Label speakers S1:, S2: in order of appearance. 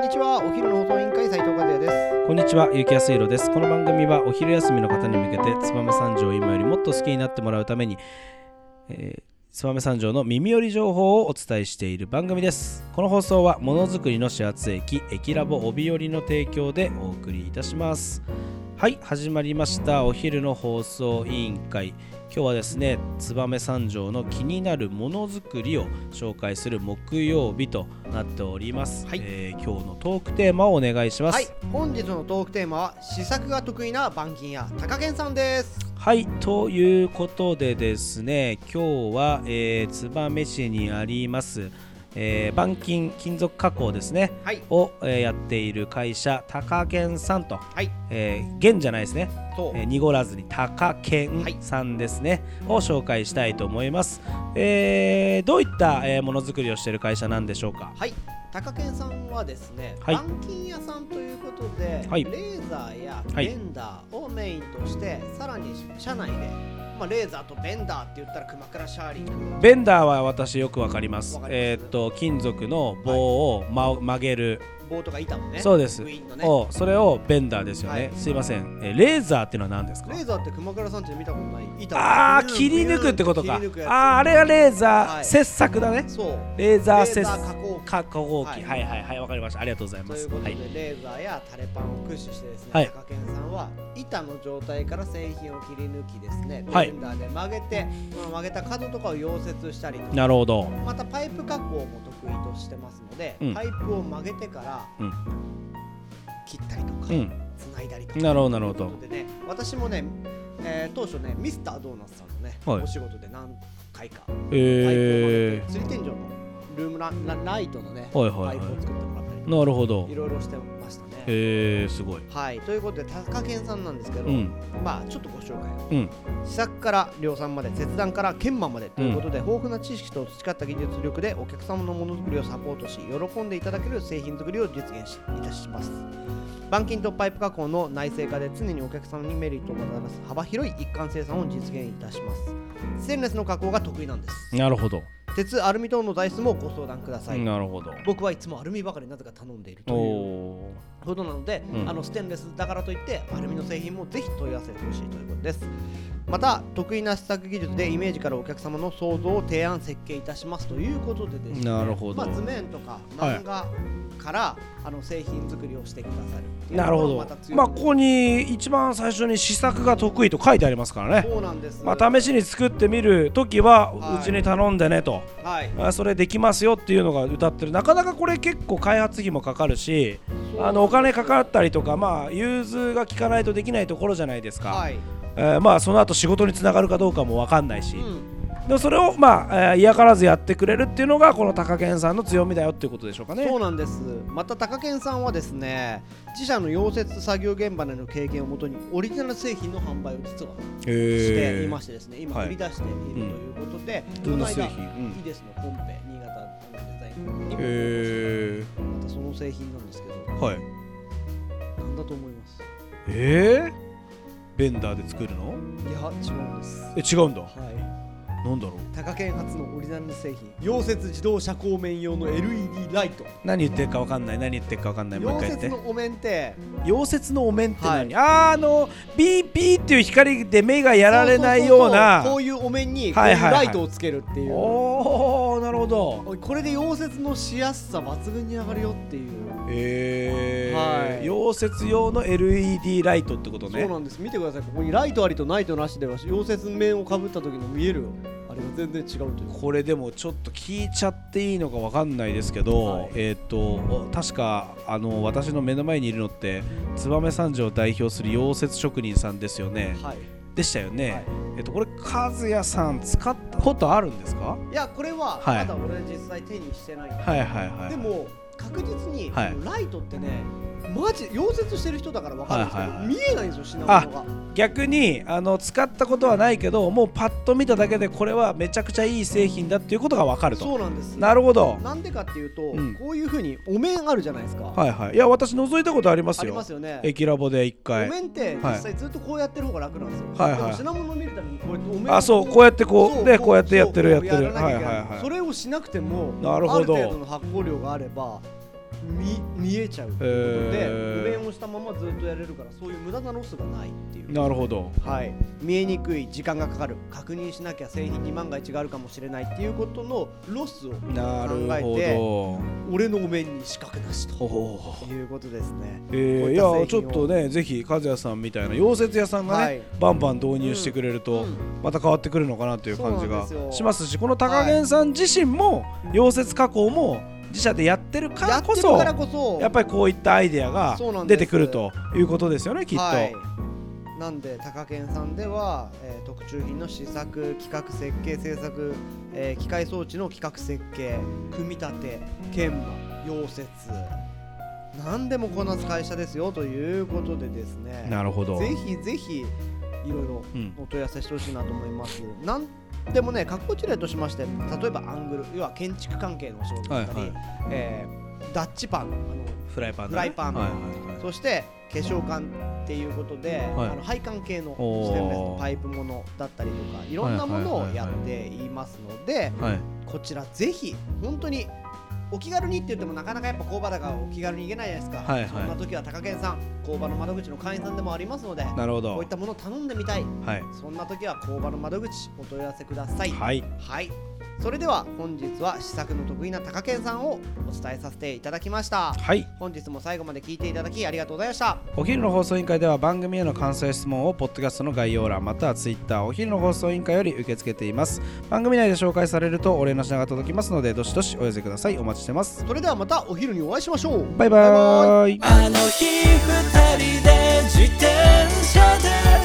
S1: にちはお昼の放送委員会斉藤和也です
S2: こんにちは、ゆきやすいろです。この番組はお昼休みの方に向けて、燕三条を今よりもっと好きになってもらうために、えー、燕三条の耳寄り情報をお伝えしている番組です。この放送は、ものづくりの始発駅、駅ラボ帯寄りの提供でお送りいたします。はい、始まりました。お昼の放送委員会。今日はですね、燕三条の気になるものづくりを紹介する木曜日となっております。
S1: はい
S2: えー今日のトークテーマをお願いします。
S1: はい本日のトークテーマは試作が得意な板金屋高健さんです
S2: はいということでですね今日は、えー、燕市にあります、えー、板金金属加工ですね
S1: はい
S2: を、えーやっている会社高健さんと、
S1: はい
S2: えー、現じゃないですね、
S1: そう、
S2: えー濁らずに高健さんですね、を紹介したいと思います、えー、どういった、えーものづくりをしている会社なんでしょうか
S1: はい高健さんはですね、
S2: はい
S1: 板金屋さんということで、
S2: はい
S1: レーザーや
S2: はい
S1: ベンダーをメインとして、さらに社内で、まあ、レーザーとベンダーって言ったら熊倉シャーリング
S2: ベンダーは私よくわかります
S1: わかります
S2: えーっと金属の棒を、ま曲げる
S1: ボートが板もね
S2: そうです
S1: ウィーンのね
S2: をそれをベンダーですよ
S1: は
S2: ね、
S1: い
S2: すいません、えーレーザーっていうのは何ですか
S1: レーザーって熊倉さんって見たことない板を
S2: ああ
S1: ビューン
S2: 切り抜くってことかあ
S1: 切り抜くやつ
S2: あーあれがレーザー、
S1: はい
S2: 切削だね
S1: そう
S2: レ
S1: レ
S2: ーザー
S1: ー
S2: 切
S1: ザー加工機
S2: 加工機、
S1: はい
S2: はい、はいはいわかりましたありがとうござい
S1: と
S2: ま
S1: い
S2: す
S1: うこと
S2: は
S1: で、
S2: い
S1: レーザーやタレパンを駆使してですね、
S2: はい
S1: 高健さんは板の状態から製品を切り抜きですね、
S2: はい
S1: ベンダーで曲げて、この曲げた角とかを溶接したりとか
S2: なるほど
S1: またパイプ加工も得意としてますので、
S2: うん
S1: パイプを曲げてから、
S2: うん
S1: 切ったりとか、
S2: う
S1: 繋
S2: ん
S1: いだりとか
S2: なるほどなるほ
S1: という
S2: ど
S1: ことでね私もね、えー当初ねミスタードーナツさんのね、
S2: はい
S1: お仕事で何回かパイプを曲げ
S2: え
S1: て釣り天井のルームララライトのね、
S2: はいはいはい
S1: パイプを作ってもらったり
S2: ー、
S1: とか
S2: なるほど
S1: いろいろしてましたね。
S2: えー、すごい
S1: はい、ということで高健さんなんですけど、
S2: うん
S1: まあちょっとご紹介を、
S2: うん
S1: 試作から量産まで切断から研磨までということで、豊富な知識と培った技術力でお客様のものづくりをサポートし喜んでいただける製品作りを実現しいたします板金とパイプ加工の内製化で常にお客様にメリットをもたらす幅広い一貫生産を実現いたしますステンレスの加工が得意なんです
S2: なるほど
S1: 鉄アルミ等の材質もご相談ください、
S2: なるほど
S1: 僕はいつもアルミばかりなぜか頼んでいるという
S2: お
S1: ことなので、
S2: うん
S1: あのステンレスだからといってアルミの製品もぜひ問い合わせてほしいということですまた得意な試作技術でイメージからお客様の想像を提案設計いたしますということでですね
S2: なるほど
S1: まあ、図面とか
S2: はい
S1: 漫画から、あの製品作りをしてくださるって
S2: ー
S1: いう
S2: なるほ
S1: の
S2: ど
S1: がまた強み
S2: まあここに一番最初に試作が得意と書いてありますからね
S1: そうなんです、
S2: まあ試しに作ってみるときは
S1: はいう
S2: ちに頼んでねと、
S1: はい
S2: あそれできますよっていうのが歌ってるなかなかこれ結構開発費もかかるし
S1: そう
S2: あのお金かかったりとかまあ融通が利かないとできないところじゃないですか、
S1: はい、
S2: えーまあその後仕事につながるかどうかも分かんないし、
S1: うん、
S2: でもそれをまあ、えー嫌からずやってくれるっていうのがこの高健さんの強みだよっていうことでしょうかね
S1: そうなんですまた高健さんはですね自社の溶接作業現場での経験をもとにオリジナル製品の販売を実はしていましてですね、今
S2: はい
S1: 売り出しているということで、
S2: どんな
S1: この間
S2: 製品うん
S1: イデスのコンペ新潟のデザインにも
S2: え
S1: またその製品なんですけど
S2: ー、はい
S1: なんだと思います
S2: えー、ベンダーで作るの
S1: いや違うんです
S2: え違うんだ
S1: はい
S2: なんだろう
S1: 高県発のオリジナル製品溶接自動車光面用の LED ライト
S2: 何言ってるか分かんない何言ってるか分かんないも
S1: 溶
S2: う一回言
S1: 接
S2: って
S1: のお面って
S2: 溶接のお面って
S1: は
S2: 何、
S1: い
S2: あーあのビーピーっていう光で目がやられないような
S1: そうそうそうこういうお面にこう
S2: はいいうはいは
S1: ラ
S2: い
S1: イトをつけるっていう、
S2: おおなるほど
S1: これで溶接のしやすさ抜群に上がるよっていう、
S2: えー
S1: はい
S2: 溶接用の LED ライトってことね
S1: そうなんです見てくださいここにライトありとナイトなしでは溶接面をかぶった時の見えるあれが全然違うという
S2: これでもちょっと聞いちゃっていいのかわかんないですけど、
S1: はい
S2: えーっ、と確かあの私の目の前にいるのって燕三条を代表する溶接職人さんですよね
S1: はい、
S2: でしたよね、
S1: はい
S2: えっとこれ和也さん使ったことあるんですか
S1: いやこれは
S2: はい
S1: まだ俺実際手にしてないんだ
S2: はいはいはい
S1: でも確実に
S2: はい
S1: ライトってねマジ溶接してる人だから分かるんですけど、
S2: はいはいはい
S1: 見えないんですよ品物が
S2: 逆にあの使ったことはないけどもうパッと見ただけでこれはめちゃくちゃいい製品だっていうことが分かると
S1: そうなんです
S2: なるほど
S1: なんでかっていうと、
S2: うん
S1: こういうふうにお面あるじゃないですか、
S2: はいはいいや私覗いたことあります
S1: あり
S2: よ
S1: ますよね
S2: 駅ラボで一
S1: お
S2: 回
S1: 面って実際ずっとこうやってる方が楽なんですよ、
S2: はいはい
S1: でも品物を見るためにこうやってお面を
S2: あそうこうやってこうでこうやってやってるやって
S1: そう
S2: る
S1: らなき
S2: は
S1: ゃ
S2: い
S1: い
S2: は
S1: け
S2: い
S1: ない
S2: は
S1: それをしなくても
S2: なるほど
S1: ある程度の発行量があれば見見えちゃうということで、
S2: へー
S1: 無弁をしたままずっとやれるからそういう無駄なロスがないっていう。
S2: なるほど
S1: はい、見えにくい時間がかかる確認しなきゃ製品に万が一があるかもしれないっていうことのロスを
S2: なる
S1: 考
S2: ほ
S1: えて
S2: ど
S1: 俺のお面に資格なしと
S2: ほう
S1: いうことですね。
S2: え
S1: こう
S2: ー、
S1: いっ
S2: い
S1: た製品を
S2: やちょっとねぜひ和也さんみたいな溶接屋さんがね、
S1: はい
S2: バンバン導入してくれると、
S1: うん
S2: また変わってくるのかなという感じが
S1: そうなんですよ
S2: しますしこの高源さん自身も、溶接加工も自社でやってるか
S1: や
S2: ら
S1: っ
S2: こ
S1: てる
S2: そ
S1: からこそ
S2: やっぱりこういったアイデアが
S1: そうなんで
S2: 出
S1: す
S2: てくるということですよねきっと、
S1: はい、なんで高健さんでは、えー特注品の試作企画設計制作、えー機械装置の企画設計組み立て研磨溶接何でもこなす会社ですよということでですね
S2: なるほど
S1: ぜひぜひいろいろ
S2: うん
S1: お問い合わせしてほしいなと思います。なんでもね、格好事例としまして、例えばアングル、要は建築関係のお仕事だったり、
S2: はいは
S1: えーダッチパン、あの
S2: フライパン
S1: フ
S2: だ
S1: ラ
S2: ね
S1: イパン
S2: はいはいはい
S1: そして化粧管っていうことで、
S2: はい
S1: あの配管系の
S2: おー
S1: ステンレスのパイプものだったりとかいろんなものをやっていますので
S2: はい
S1: こちらぜひ本当にお気軽にって言ってもなかなかやっぱ工場だからお気軽に行けないじゃないですか、
S2: はいはい
S1: そんな時は高健さん工場の窓口の会員さんでもありますので
S2: なるほど
S1: こういったものを頼んでみたい
S2: はい
S1: そんな時は工場の窓口お問い合わせください
S2: はい
S1: はいそれでは本日は試作の得意な高健さんをお伝えさせていただきました
S2: はい
S1: 本日も最後まで聞いていただきありがとうございました
S2: お昼の放送委員会では番組への感想や質問をポッドキャストの概要欄またはツイッターお昼の放送委員会より受け付けています番組内で紹介されるとお礼の品が届きますのでどしどしお寄せくださいお待ちしてます
S1: それではまたお昼にお会いしましょう
S2: バイバ
S1: バ
S2: イ
S3: あの日二人で自転車で